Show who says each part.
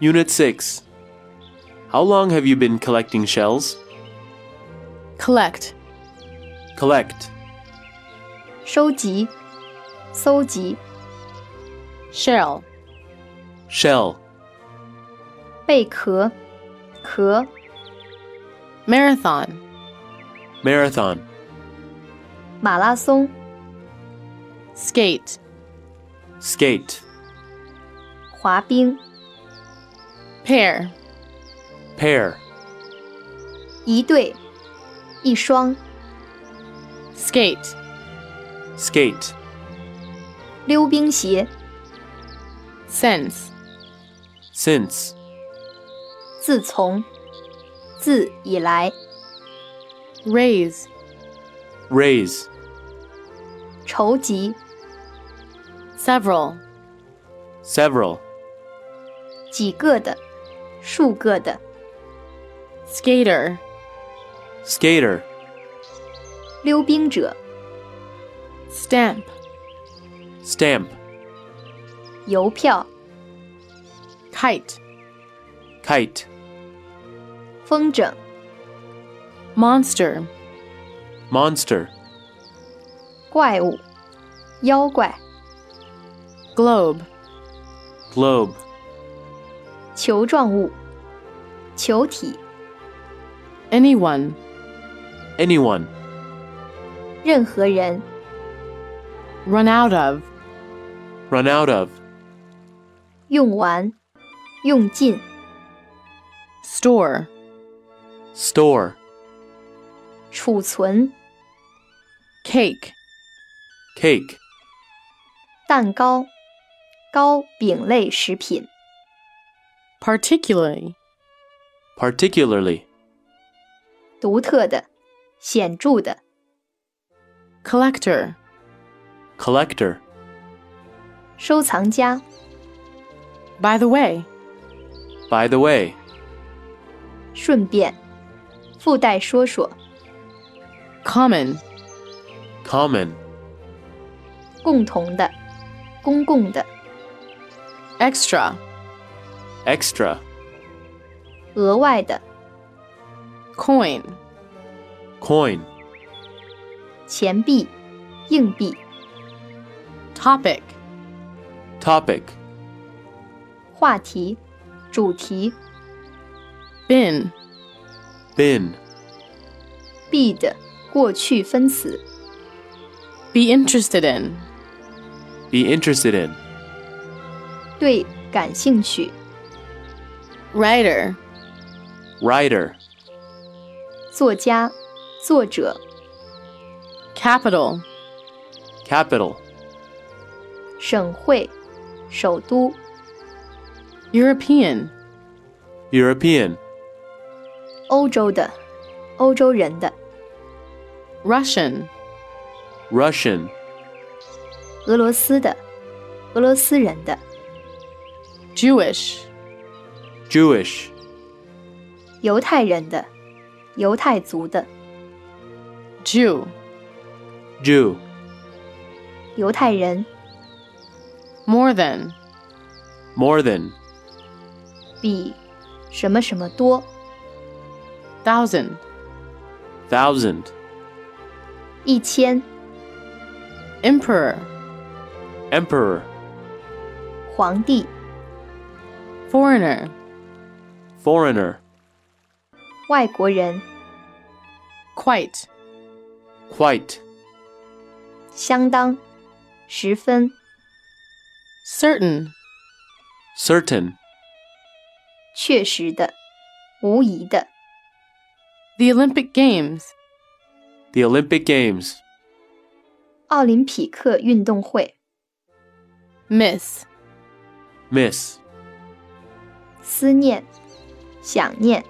Speaker 1: Unit 6. How long have you been collecting shells?
Speaker 2: collect,
Speaker 1: Collect.
Speaker 3: 收集、搜集、
Speaker 2: shell,
Speaker 1: Shell.
Speaker 3: 贝壳、壳、
Speaker 2: marathon,
Speaker 1: Marathon.
Speaker 3: 马拉松、
Speaker 2: skate,
Speaker 1: Skate.
Speaker 3: 滑冰、
Speaker 2: pair,
Speaker 1: Pair.
Speaker 3: 一对、一双、
Speaker 2: skate,
Speaker 1: Skate.
Speaker 3: 溜冰鞋、
Speaker 2: sense,
Speaker 1: Since.
Speaker 3: 自从、自以来、
Speaker 2: raise,
Speaker 1: Raise.
Speaker 3: 筹集、
Speaker 2: several,
Speaker 1: Several.
Speaker 3: 几个的、数个的、
Speaker 2: skater,
Speaker 1: Skater.
Speaker 3: 溜冰者、
Speaker 2: stamp,
Speaker 1: Stamp.
Speaker 3: 邮票、
Speaker 2: kite,
Speaker 1: Kite.
Speaker 3: 风筝、
Speaker 2: monster,
Speaker 1: Monster.
Speaker 3: 怪物、妖怪、
Speaker 2: globe,
Speaker 1: Globe.
Speaker 3: 球状物、球体、
Speaker 2: anyone,
Speaker 1: Anyone.
Speaker 3: 任何人、
Speaker 2: run out of,
Speaker 1: Run out of.
Speaker 3: 用完、用尽、
Speaker 2: store,
Speaker 1: Store.
Speaker 3: 储存、
Speaker 2: cake,
Speaker 1: Cake.
Speaker 3: 蛋糕、糕饼类食品、
Speaker 2: particularly,
Speaker 1: Particularly.
Speaker 3: 独特的、显著的、
Speaker 2: collector,
Speaker 1: Collector.
Speaker 3: 收藏家、
Speaker 2: by the way,
Speaker 1: By the way.
Speaker 3: 顺便、附带说说、
Speaker 2: common,
Speaker 1: Common.
Speaker 3: 共同的、公共的、
Speaker 2: extra,
Speaker 1: Extra.
Speaker 3: 额外的、
Speaker 2: coin,
Speaker 1: Coin.
Speaker 3: 钱币、硬币、
Speaker 2: topic,
Speaker 1: Topic.
Speaker 3: 话题、主题、
Speaker 2: bin,
Speaker 1: Bin.
Speaker 3: be 的过去分词、
Speaker 2: be interested in,
Speaker 1: Be interested in.
Speaker 3: 对感兴趣、
Speaker 2: writer,
Speaker 1: Writer.
Speaker 3: 作家、作者、
Speaker 2: capital,
Speaker 1: Capital.
Speaker 3: 省会、首都、
Speaker 2: European,
Speaker 1: European.
Speaker 3: 欧洲的、欧洲人的、
Speaker 2: Russian,
Speaker 1: Russian.
Speaker 3: 俄罗斯的、俄罗斯人的、
Speaker 2: Jewish,
Speaker 1: Jewish.
Speaker 3: 犹太人的、犹太族的、
Speaker 2: Jew,
Speaker 1: Jew.
Speaker 3: 犹太人、
Speaker 2: more than,
Speaker 1: More than.
Speaker 3: 比什么什么多、
Speaker 2: thousand,
Speaker 1: Thousand.
Speaker 3: 一千、
Speaker 2: emperor,
Speaker 1: Emperor.
Speaker 3: 皇帝、
Speaker 2: foreigner,
Speaker 1: Foreigner.
Speaker 3: 外国人、
Speaker 2: quite,
Speaker 1: Quite.
Speaker 3: 相当、十分、
Speaker 2: certain,
Speaker 1: Certain.
Speaker 3: 确实的、无疑的、
Speaker 2: the Olympic Games,
Speaker 1: The Olympic Games.
Speaker 3: 奥林匹克运动会、
Speaker 2: miss,
Speaker 1: Miss.
Speaker 3: 思念、想念、